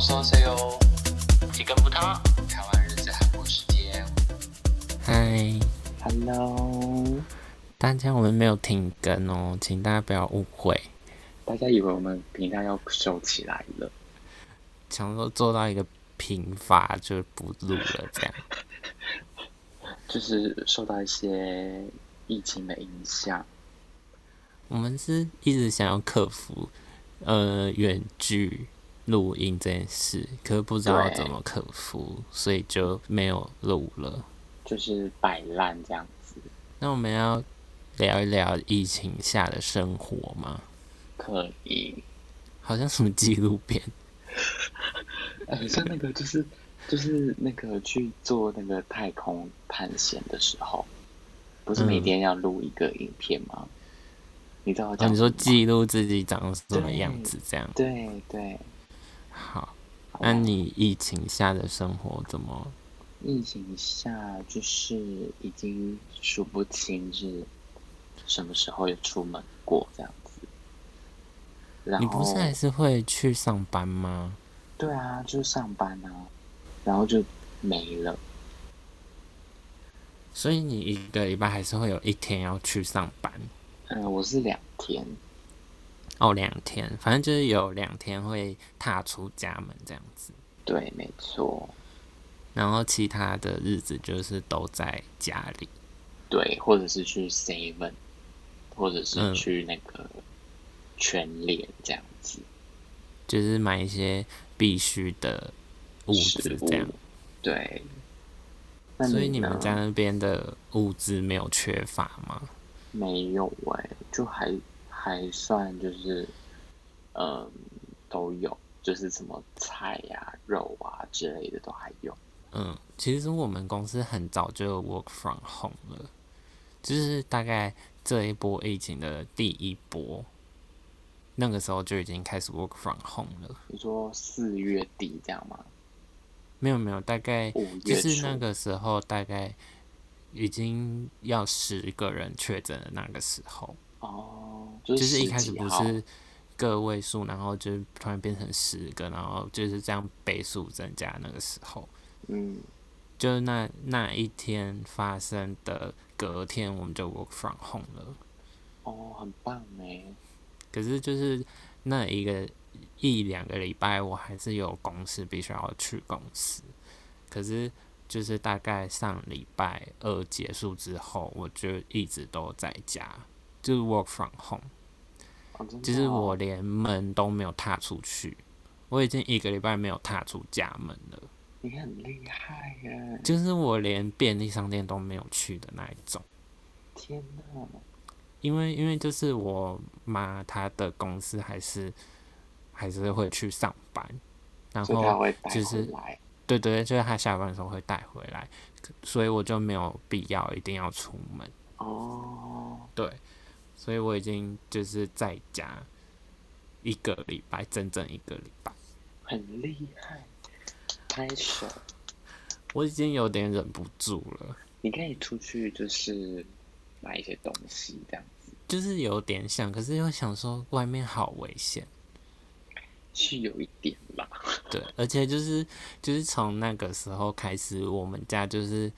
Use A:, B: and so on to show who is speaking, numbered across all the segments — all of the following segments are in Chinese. A: 说 C O，
B: 几根不汤。
A: 台湾日子韩国时间。
B: 嗨，
A: Hello，
B: 大家，我们没有停更哦，请大家不要误会。
A: 大家以为我们频道要收起来了，
B: 想说做到一个贫乏就不录了，这样。
A: 就是受到一些疫情的影响。
B: 我们是一直想要克服呃远距录音这件事，可是不知道
A: 对
B: 怎么克服，所以就没有录了。
A: 就是摆烂这样子，
B: 那我们要聊一聊疫情下的生活吗？
A: 可以。
B: 好像什么纪录片，哦
A: 很呃像那个，就是就是那个去做那个太空探险的时候，不是每
B: 嗯
A: 天要录一个影片吗？你知道我
B: 哦、
A: 讲
B: 你说
A: 什么吗
B: 记录自己长什么
A: 对
B: 样子这样。
A: 对对，
B: 好，
A: 好
B: 那
A: 吧
B: 你疫情下的生活怎么？
A: 疫情下就是已经数不清是什么时候有出门过这样子。然
B: 你
A: 后
B: 不是还是会去上班吗？
A: 对啊，就是上班啊，然后就没了。
B: 所以你一个礼拜还是会有一天要去上班
A: 嗯、我是两天，
B: 哦，两天，反正就是有两天会踏出家门这样子，
A: 对，没错，
B: 然后其他的日子就是都在家里。
A: 对，或者是去 Seven，或者
B: 嗯
A: 是去那个全联这样子。
B: 就是买一些必须的物资
A: 食
B: 这样
A: 物。对。那
B: 所以你们
A: 呢
B: 家那边的物资没有缺乏吗？
A: 没有哎、就还还算就是，嗯，都有，就是什么菜呀、肉啊之类的都还有。
B: 嗯，其实我们公司很早就有 work from home 了，就是大概这一波疫情的第一波，那个时候就已经开始 work from home 了。
A: 你说四月底这样吗？
B: 没有没有，大概
A: 五
B: 就
A: 月
B: 是
A: 初
B: 那个时候大概已经要十个人确诊的那个时候，
A: 哦，就
B: 就是一
A: 十
B: 开始
A: 几
B: 不
A: 号
B: 是个位数，然后就突然变成十个，然后就是这样倍数增加那个时候。
A: 嗯，
B: 就是那那一天发生的隔天，我们就 work from home 了。
A: 哦，很棒哎，
B: 可是就是那一个一两个礼拜，我还是有公司必须要去公司。可是就是大概上礼拜二结束之后，我就一直都在家，就是 work from home，
A: 哦，真的
B: 就是
A: 哦
B: 我连门都没有踏出去。我已经一个礼拜没有踏出家门了，
A: 你很厉害耶！
B: 就是我连便利商店都没有去的那一种。
A: 天哪，
B: 因为因为就是我妈她的公司还是还是会去上班，然
A: 所以他
B: 后
A: 会带
B: 就
A: 回
B: 是
A: 来，
B: 对对，就是她下班的时候会带回来，可所以我就没有必要一定要出门，
A: 哦，
B: 对，所以我已经就是在家一个礼拜，整整一个礼拜，
A: 很厉害，拍手。
B: 我已经有点忍不住了，
A: 你可以出去就是买一些东西这样子，
B: 就是有点想，可是又想说外面好危险。
A: 是有一点啦。
B: 对，而且就是就是从那个时候开始，我们家就是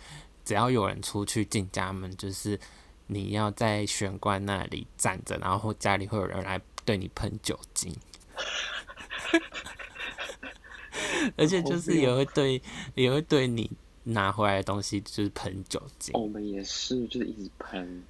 B: 只要有人出去进家门，就是你要在玄关那里站着，然后家里会有人来对你喷酒精， 而且就是也会对也会对你拿回来的东西就是喷酒精，
A: 我们也是，就是一直喷，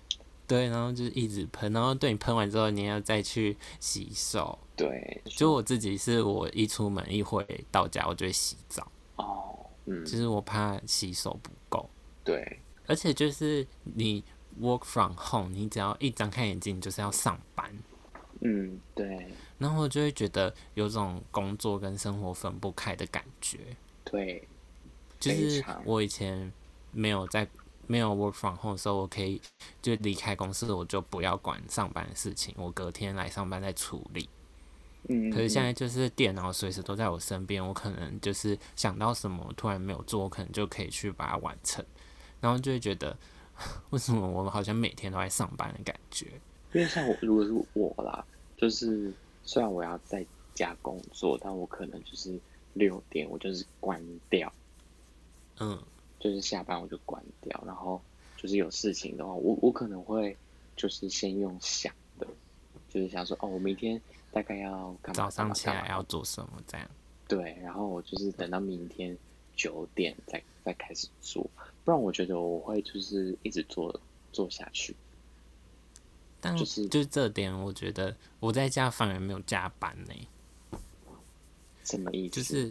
B: 对，然后就是一直喷，然后对你喷完之后，你要再去洗手。
A: 对，
B: 就我自己是我一出门一回到家，我就会洗澡。
A: 哦，嗯，
B: 就是我怕洗手不够，
A: 对，
B: 而且就是你 work from home，你只要一张开眼睛，你就是要上班，
A: 嗯，对，
B: 然后我就会觉得有种工作跟生活分不开的感觉。
A: 对，
B: 就
A: 非
B: 是
A: 常
B: 我以前没有在没有 work from home 的时候，我可以就离开公司，我就不要管上班的事情，我隔天来上班再处理。
A: 嗯，
B: 可是现
A: 嗯
B: 在就是电脑随时都在我身边，我可能就是想到什么突然没有做，我可能就可以去把它完成，然后就会觉得 为什么我好像每天都在上班的感觉。
A: 因为像我，如果是我啦，就是虽然我要在家工作，但我可能就是六点我就是关掉，
B: 嗯，
A: 就是下班我就关掉，然后就是有事情的话，我我可能会就是先用想的，就是想说哦，我明天大概要干嘛？
B: 早上起
A: 干嘛
B: 来
A: 干嘛
B: 要做什么这样？
A: 对，然后我就是等到明天九点再再开始做，不然我觉得我会就是一直做做下去。
B: 但
A: 就是
B: 就是这点，我觉得我在家反而没有加班呢、
A: 什么意思？
B: 就是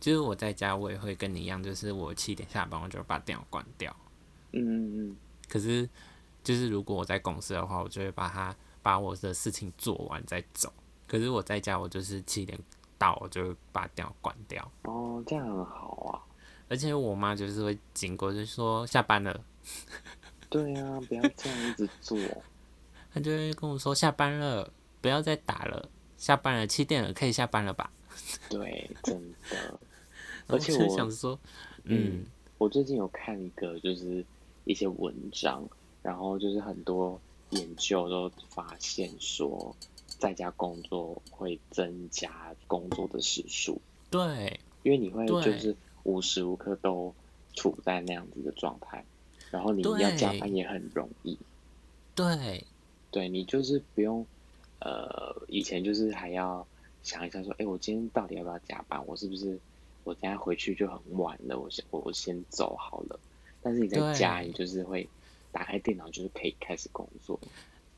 B: 就是我在家我也会跟你一样，就是我七点下班我就把电脑关掉。
A: 嗯嗯嗯，
B: 可是就是如果我在公司的话，我就会把它把我的事情做完再走。可是我在家，我就是七点到我就会把电脑关掉，
A: 哦，这样很好啊。
B: 而且我妈就是会经过，就是说下班了，
A: 对啊，不要这样一直做。
B: 她就会跟我说下班了，不要再打了，下班了，七点了，可以下班了吧？
A: 对，真 的。
B: 然后
A: 而且
B: 就
A: 我
B: 想说，嗯，
A: 我最近有看一个，就是一些文章，然后就是很多研究都发现说，在家工作会增加工作的时数，
B: 对，
A: 因为你会
B: 对
A: 就是无时无刻都处在那样子的状态，然后你要加
B: 对
A: 班也很容易，
B: 对，
A: 对你就是不用，呃，以前就是还要想一下说，哎、我今天到底要不要加班？我是不是我等下回去就很晚了？我先我我先走好了。但是你在家，
B: 对
A: 你就是会打开电脑，就是可以开始工作，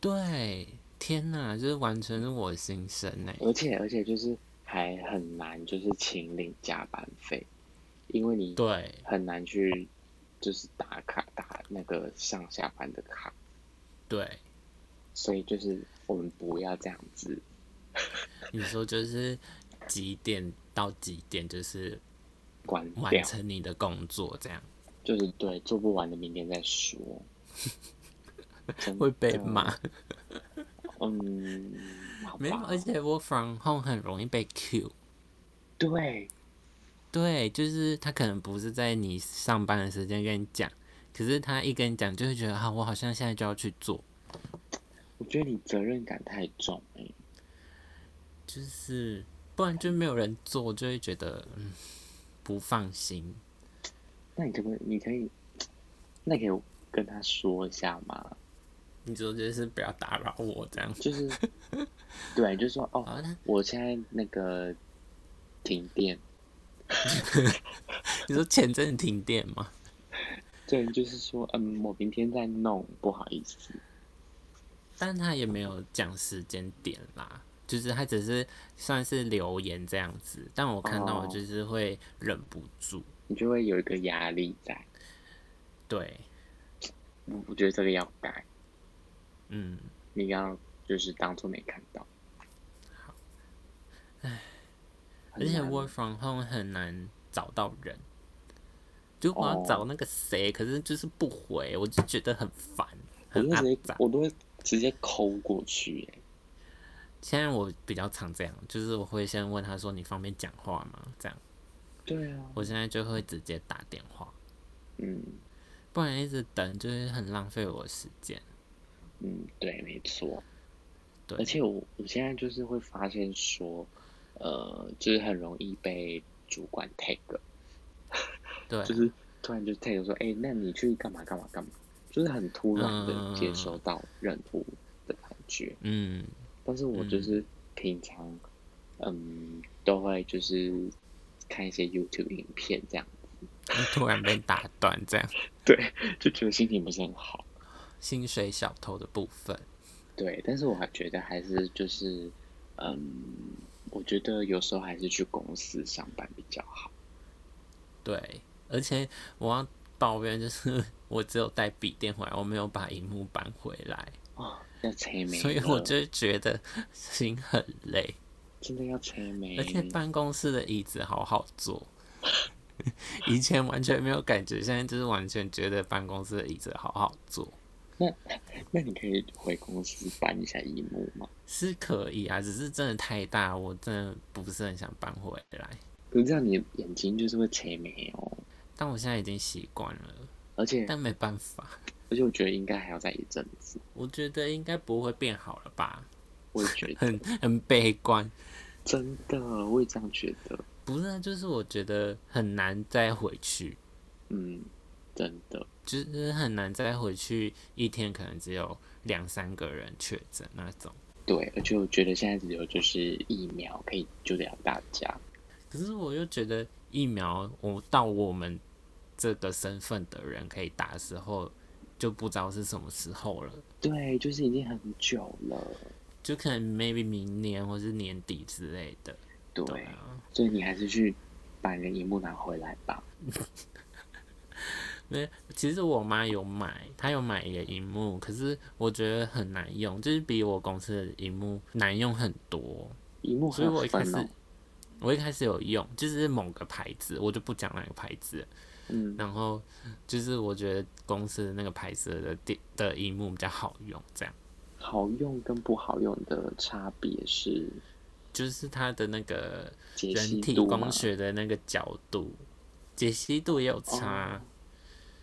B: 对，天哪，就是完全是我的心声欸呢。
A: 而且而且就是还很难，就是请领加班费，因为你
B: 对，
A: 很难去就是打卡打那个上下班的卡，
B: 对，
A: 所以就是我们不要这样子。
B: 你说就是几点到几点，就是
A: 关
B: 完
A: 掉
B: 成你的工作，这样
A: 就是对做不完的，明天再 说。真的
B: 会被骂。。
A: 嗯，好吧
B: 没有，而且 work from home 很容易被 Q。
A: 对
B: 对，就是他可能不是在你上班的时间跟你讲，可是他一跟你讲，就会觉得啊，我好像现在就要去做，
A: 我觉得你责任感太重、欸，
B: 就是不然就没有人做，就会觉得嗯不放心。
A: 那你可不可以？你可以，那你可以跟他说一下吗？
B: 你说就是不要打扰我这样。
A: 就是，对，就说哦，
B: 好，那
A: 我现在那个停电，
B: 你说前阵子停电吗？
A: 对，就是说，嗯，我明天再弄，不好意思。
B: 但他也没有讲时间点啦，就是他只是算是留言这样子，但我看到
A: 哦
B: 我就是会忍不住，
A: 你就会有一个压力在。
B: 对，
A: 我我觉得这个要改，
B: 嗯，
A: 你要就是当做没看到。好，
B: 而且 work from home 很难找到人，就我要
A: 哦
B: 找那个谁，可是就是不回，我就觉得很烦，
A: 我
B: 很
A: 都
B: 阿
A: 直接
B: 杂。
A: 我都会直接抠过去、欸，
B: 现在我比较常这样，就是我会先问他说你方便讲话吗？这样，
A: 对啊，
B: 我现在就会直接打电话，
A: 嗯
B: 不然一直等就是很浪费我的时间。
A: 嗯，对，没错。
B: 对，
A: 而且我我现在就是会发现说，呃，就是很容易被主管 take，
B: 对，
A: 就是突然就 take 说，哎、那你去干嘛干嘛干嘛，就是很突然的接收到任务的感觉。
B: 嗯。
A: 但是我就是平常，嗯，都会就是看一些 YouTube 影片这样，
B: 突然被打断，这样
A: 对， 就觉得心情不是很好。
B: 薪水小偷的部分，
A: 对，但是我还觉得还是就是，嗯，我觉得有时候还是去公司上班比较好。
B: 对，而且我要抱怨就是 我只有带笔电回来，我没有把荧幕搬回来，
A: 哦，要催眉了，
B: 所以我就觉得 心很累，
A: 真的要催眉。
B: 而且办公室的椅子好好坐。 以前完全没有感觉，现在就是完全觉得办公室的椅子好好坐，
A: 那那你可以回公司搬一下荧幕吗？
B: 是可以啊，只是真的太大，我真的不是很想搬回来。
A: 可是这样你的眼睛就是会催眉哦，
B: 但我现在已经习惯了，
A: 而且
B: 但没办法，
A: 而且我觉得应该还要再一阵子，
B: 我觉得应该不会变好了吧。
A: 我也觉得
B: 很很悲观，
A: 真的，我也这样觉得。
B: 不是啊，就是我觉得很难再回去，
A: 嗯，真的，
B: 就是很难再回去，一天可能只有两三个人确诊那种。
A: 对，而且我觉得现在只有就是疫苗可以救得了大家，
B: 可是我又觉得疫苗，我到我们这个身份的人可以打的时候，就不知道是什么时候了，
A: 对，就是已经很久了，
B: 就可能 maybe 明年或是年底之类的。
A: 对，
B: 对啊，
A: 所以你还是去把你的荧幕拿回来吧。
B: 那其实我妈有买，她有买一个荧幕，可是我觉得很难用，就是比我公司的荧幕难用很多。
A: 荧幕
B: 所
A: 很
B: 以我一开
A: 分
B: 始
A: 哦，
B: 我一开始有用，就是某个牌子，我就不讲哪个牌子了。
A: 嗯，
B: 然后就是我觉得公司的那个牌子的电的荧幕比较好用，这样
A: 好用跟不好用的差别是
B: 就是它的那个
A: 解析
B: 人体
A: 度吗
B: 工学的那个角度解析度也有差。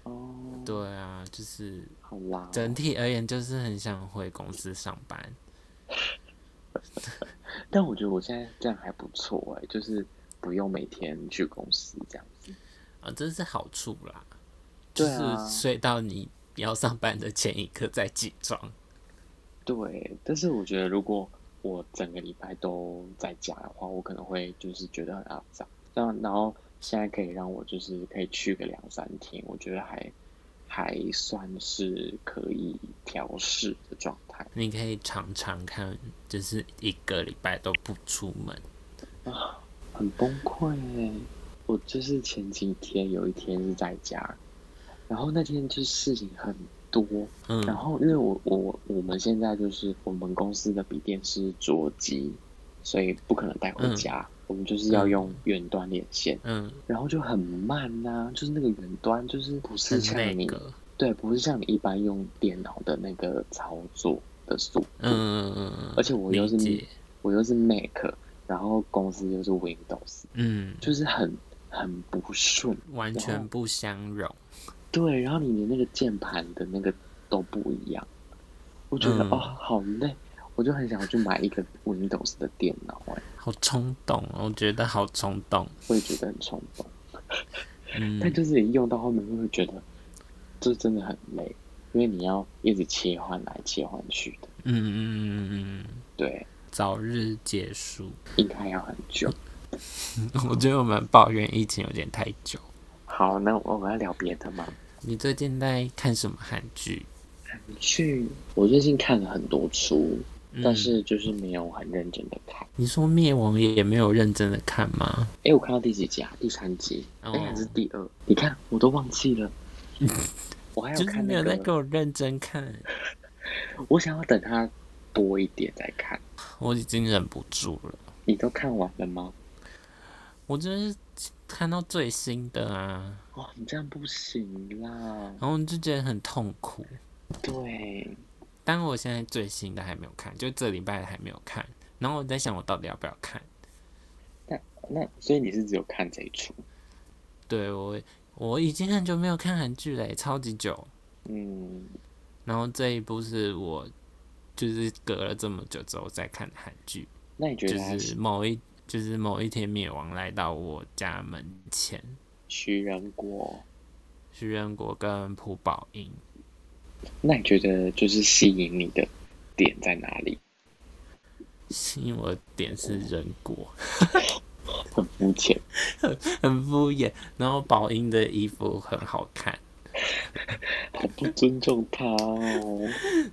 A: 哦，
B: 对啊，就是
A: 好啦，
B: 整体而言，就是很想回公司上班。
A: 但我觉得我现在这样还不错哎、就是不用每天去公司这样子。
B: 啊，这是好处啦，就
A: 对啊
B: 是睡到你要上班的前一刻再起床。
A: 对，但是我觉得如果我整个礼拜都在家的话，我可能会就是觉得很肮脏。这样，然后现在可以让我就是可以去个两三天，我觉得还还算是可以调试的状态。
B: 你可以常常看，就是一个礼拜都不出门。
A: 很崩溃欸我就是前几天有一天是在家，然后那天就是事情很多，然
B: 嗯
A: 后因为我我我们现在就是我们公司的笔电是桌机，所以不可能带回家，我们就是要用远端连线，
B: 嗯，
A: 然后就很慢呐、就是那个远端就是不是
B: 很
A: 像
B: 那
A: 你
B: 个，
A: 对，不是像你一般用电脑的那个操作的速度，
B: 嗯嗯嗯嗯，
A: 而且我又
B: 理
A: 是
B: 解，
A: 我又是 Mac，然后公司又是 Windows，
B: 嗯，
A: 就是很很不顺。
B: 完
A: 然
B: 全
A: 后
B: 不相容。
A: 对，然后你连那个键盘的那个都不一样，我觉得、
B: 嗯
A: 哦好累，我就很想去买一个 Windows 的电脑、哎，
B: 好冲动哦，我觉得好冲动。
A: 我也觉得很冲动，
B: 嗯，
A: 但就是你用到后面就会觉得这真的很累，因为你要一直切换来切换去的，
B: 嗯嗯嗯嗯嗯，
A: 对，
B: 早日结束。
A: 应该要很久。
B: 我觉得我们抱怨疫情有点太久。
A: 好，那我们要聊别的吗？
B: 你最近在看什么韩剧？
A: 去，我最近看了很多书，
B: 嗯
A: 但是就是没有很认真的看。
B: 你说灭亡也没有认真的看吗？
A: 哎、我看到第几集啊？第三集，哎、
B: 哦
A: 还是第二？你看，我都忘记了。我还有
B: 就是
A: 看
B: 没
A: 那
B: 有
A: 个，
B: 在给我认真看，
A: 我想要等它多一点再看。
B: 我已经忍不住了。
A: 你都看完了吗？
B: 我就是看到最新的啊，
A: 哦，你这样不行啦。
B: 然后就觉得很痛苦。
A: 对，
B: 但我现在最新的还没有看，就这礼拜还没有看。然后我在想，我到底要不要看？
A: 那那所以你是只有看这一出？
B: 对我，我已经很久没有看韩剧嘞，超级久。
A: 嗯，
B: 然后这一部是我就是隔了这么久之后再看的韩剧，
A: 那你觉得它
B: 就是是某一就是某一天灭亡来到我家门前，
A: 徐仁国？
B: 徐仁国跟朴宝英。
A: 那你觉得就是吸引你的点在哪里？
B: 吸引我的点是人国，
A: 很肤浅。
B: 很敷衍。然后宝英的衣服很好看，
A: 好不尊重他哦。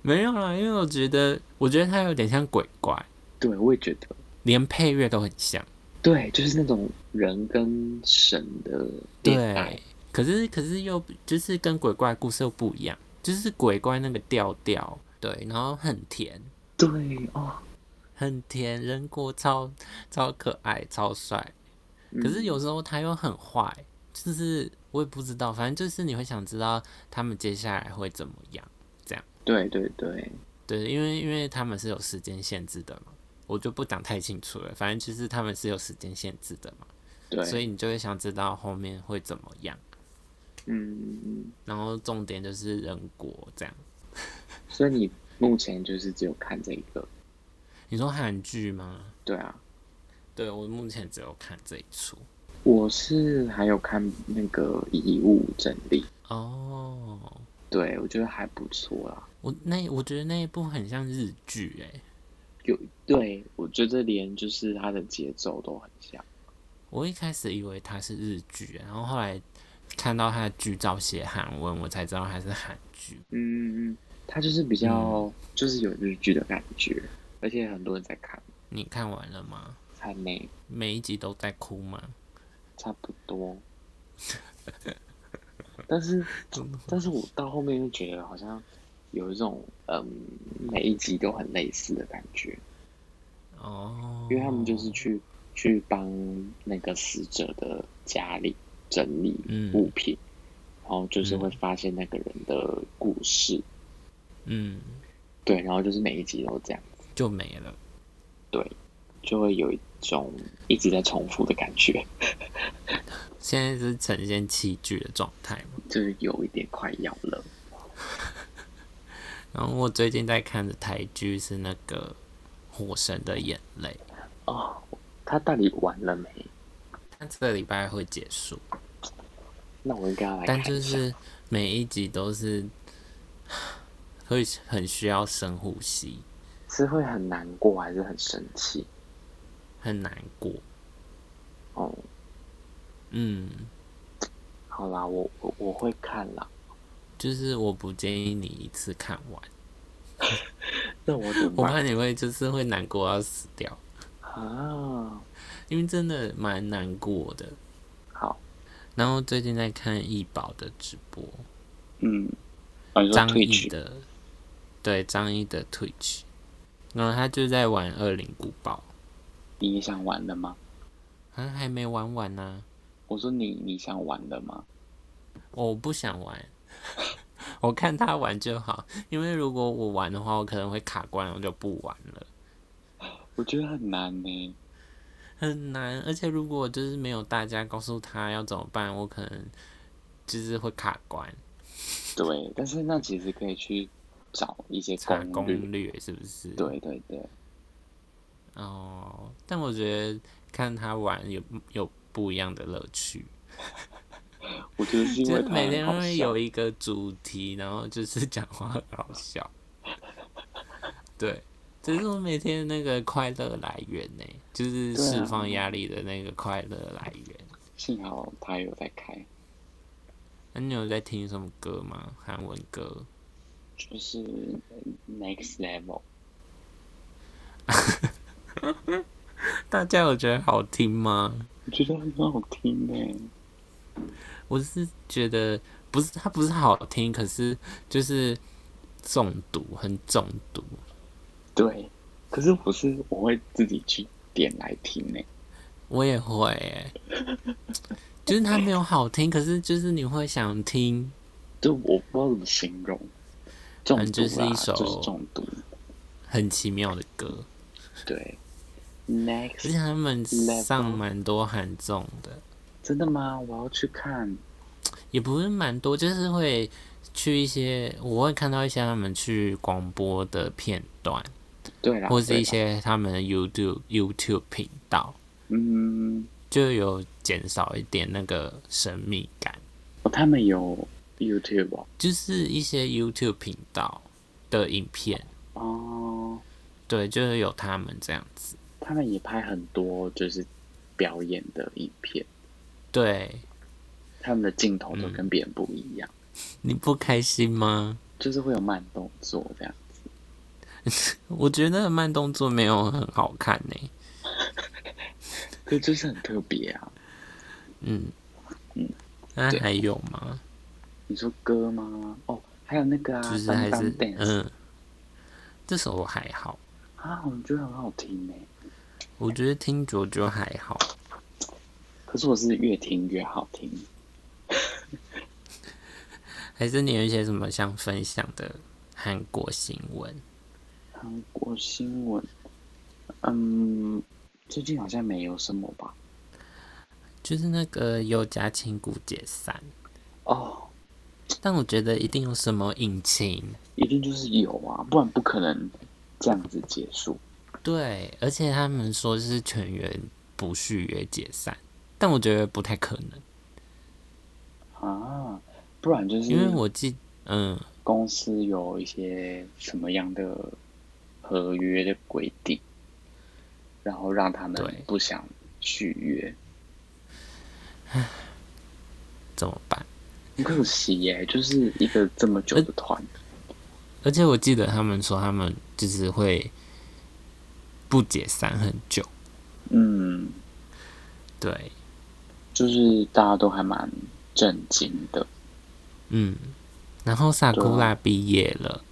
B: 没有啦，因为我觉得，我觉得他有点像鬼怪，
A: 对，我也觉得，
B: 连配乐都很像。
A: 对，就是那种人跟神的恋爱
B: 对，，可是可是又就是跟鬼怪的故事又不一样，就是鬼怪那个调调，对，然后很甜，
A: 对哦。
B: 很甜，人国超超可爱，超帅。
A: 嗯
B: 可是有时候他又很坏，就是我也不知道，反正就是你会想知道他们接下来会怎么样。
A: 对对对，
B: 对，因为因为他们是有时间限制的嘛，我就不讲太清楚了。反正就是他们是有时间限制的嘛，
A: 对，
B: 所以你就会想知道后面会怎么样。
A: 嗯，
B: 然后重点就是人国这样。
A: 所以你目前就是只有看这一个，
B: 你说韩剧吗？
A: 对啊，
B: 对我目前只有看这一出
A: 我是还有看那个遗物整理，
B: 哦。
A: 对我觉得还不错啦。
B: 我那我觉得那一部很像日剧欸诶、
A: 有对我觉得连就是它的节奏都很像，
B: 我一开始以为它是日剧，然后后来看到它的剧照写韩文，我才知道它是韩剧。
A: 嗯，嗯，它就是比较、
B: 嗯
A: 就是有日剧的感觉，而且很多人在看，
B: 你看完了吗？
A: 还没
B: 每一集都在哭吗？
A: 差不多。 但是，但是我到后面又觉得好像有一种嗯，每一集都很类似的感觉，
B: 哦，
A: 因为他们就是去去帮那个死者的家里整理
B: 嗯
A: 物品，然后就是会
B: 嗯
A: 发现那个人的故事，
B: 嗯
A: 对，然后就是每一集都这样，
B: 就没了。
A: 就会有一种一直在重复的感觉，
B: 现在是呈现弃剧的状态嘛。
A: 就是有一点快要了。
B: 然后我最近在看的台剧是那个《火神的眼泪
A: 哦，他到底完了没？》，
B: 它这个礼拜会结束，
A: 那我应该要来看
B: 但
A: 一下。
B: 就是每一集都是 会很需要深呼吸，
A: 是会很难过还是很生气？
B: 很难过。
A: 哦，
B: 嗯，
A: 好啦，我我我会看啦。
B: 就是我不建议你一次看完，
A: 那我怎么
B: 我
A: 办
B: 怕你会就是会难过要死掉，
A: 啊？
B: 因为真的蛮难过的。
A: 好，
B: 然后最近在看易宝的直播，
A: 嗯，啊，你说
B: 张
A: 退
B: 译
A: 去
B: 的，对张译的 Twitch，然后他就在玩《恶灵古堡
A: 你想玩的吗？》，
B: 好像还没玩完呢、
A: 我说你你想玩的吗？
B: 我不想玩， 我看他玩就好，因为如果我玩的话，我可能会卡关，我就不玩了，
A: 我觉得很难呢。
B: 很难。而且如果就是没有大家告诉他要怎么办，我可能就是会卡关。
A: 对，但是那其实可以去找一些
B: 查
A: 攻略。
B: 攻略是不是？
A: 对对对，
B: 哦，但我觉得看他玩有有不一样的乐趣。
A: 我觉得是因
B: 就
A: 为
B: 是
A: 它
B: 每天
A: 很好
B: 都会
A: 笑
B: 有一个主题，然后就是讲话很好 笑。对，这是我每天那个快乐来源呢、就是
A: 对啊
B: 释放压力的那个快乐来源。
A: 幸好他有在开，
B: 那、你有在听什么歌吗？韩文歌？
A: 就是 next level。
B: 大家有觉得好听吗？
A: 我觉得很好听呢。
B: 我是觉得不是，它不是好听，可是就是中毒，很中毒。
A: 对，可是我是我会自己去点来听欸呢。
B: 我也会、欸，就是它没有好听，可是就是你会想听。
A: 就我不知道怎么形容，中毒啦，
B: 嗯就是一首
A: 就是中毒。
B: 很奇妙的歌，
A: 对
B: 而且
A: ，Next，
B: 他们
A: Level
B: 上蛮多韩综的，
A: 真的吗？我要去看。
B: 也不是蛮多，就是会去一些，我会看到一些他们去广播的片段，
A: 对啦，
B: 或是
A: 啊对
B: 一
A: 啦
B: 些他们的 YouTube YouTube 频道，
A: 嗯，
B: 就有减少一点那个神秘感，
A: 哦，他们有 YouTube 哦
B: 就是一些 YouTube 频道的影片，
A: 哦，
B: 对，就是有他们这样子，
A: 他们也拍很多就是表演的影片，
B: 对，
A: 他们的镜头都跟别人不一样，
B: 你不开心吗？
A: 就是会有慢动作这样。
B: 我觉得慢动作没有很好看呢、
A: 对，就是很特别啊！
B: 嗯，那
A: 对
B: 还有吗？
A: 你说歌吗？哦，还有那个啊，
B: 就是
A: 当
B: 还
A: 当
B: 是
A: dance，
B: 嗯，这首我还好，
A: 啊，我觉得很好听欸呢。
B: 我觉得听着就还好，
A: 可是我是越听越好听。
B: 还是你有一些什么想分享的韩国新闻？
A: 韩国新闻，嗯，最近好像没有什么吧？
B: 就是那个有家亲骨解散，
A: 哦，
B: 但我觉得一定有什么隐情。
A: 一定就是有啊，不然不可能这样子结束。
B: 对，而且他们说是全员不续约解散，但我觉得不太可能，
A: 啊，不然就是
B: 因为我记，嗯，
A: 公司有一些什么样的合约的规定，然后让他们
B: 对
A: 不想续约，
B: 怎么办？
A: 很可惜耶，就是一个这么久的团，
B: 而且我记得他们说他们就是会不解散很久，
A: 嗯，
B: 对，
A: 就是大家都还蛮震惊的
B: 嗯，然后萨
A: 对啊
B: 库拉毕业了。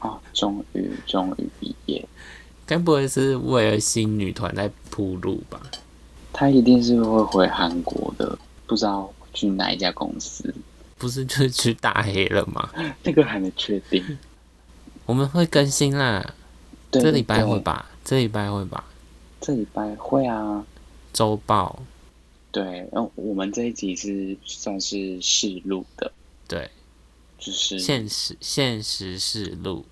A: 啊，终于终于毕业，
B: 该不会是为了新女团在铺路吧？
A: 他一定是会回韩国的，不知道去哪一家公司，
B: 不是就是去大黑了吗？
A: 那个还没确定。
B: 我们会更新啦，
A: 对
B: 这
A: 对
B: 礼拜
A: 对
B: 会吧？这礼拜会吧？
A: 这礼拜会啊，
B: 周报
A: 对，然后我们这一集是算是试录的，
B: 对，
A: 就是
B: 现实现实是录，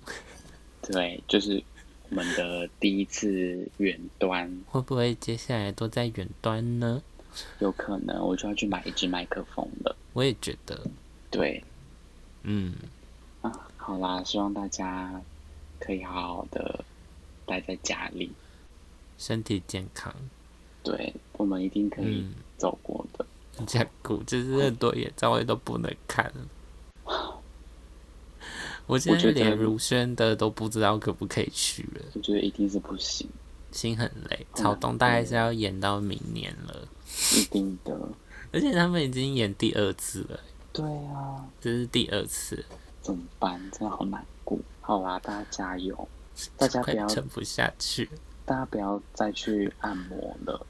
A: 对，就是我们的第一次远端，
B: 会不会接下来都在远端呢？
A: 有可能我就要去买一支麦克风了。
B: 我也觉得，
A: 对
B: 嗯，
A: 啊，好啦，希望大家可以好好的待在家里，
B: 身体健康，
A: 对我们一定可以
B: 嗯
A: 走过的。
B: 加骨就是很多演唱会都不能看了。我现
A: 觉
B: 在
A: 得
B: 连如轩的都不知道可不可以去了，
A: 我觉得一定是不行，
B: 心很累。
A: 嗯
B: 草东大概是要演到明年了。
A: 一定的。
B: 而且他们已经演第二次了，
A: 对啊，
B: 这是第二次，
A: 怎么办？真的好难过。好啦，大家加油，大家不
B: 快
A: 要
B: 撑不下去。
A: 大家不要再去按摩了。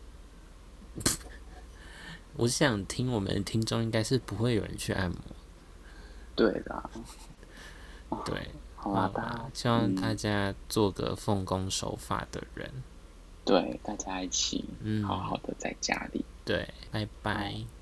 B: 我想听我们的听众应该是不会有人去按摩，
A: 对啦，
B: 对，
A: 好啦
B: 好，
A: 大家
B: 吧，希望大
A: 嗯
B: 家做个奉公守法的人，
A: 对大家一起
B: 嗯，
A: 好好的在家里。
B: 对，拜拜。
A: 拜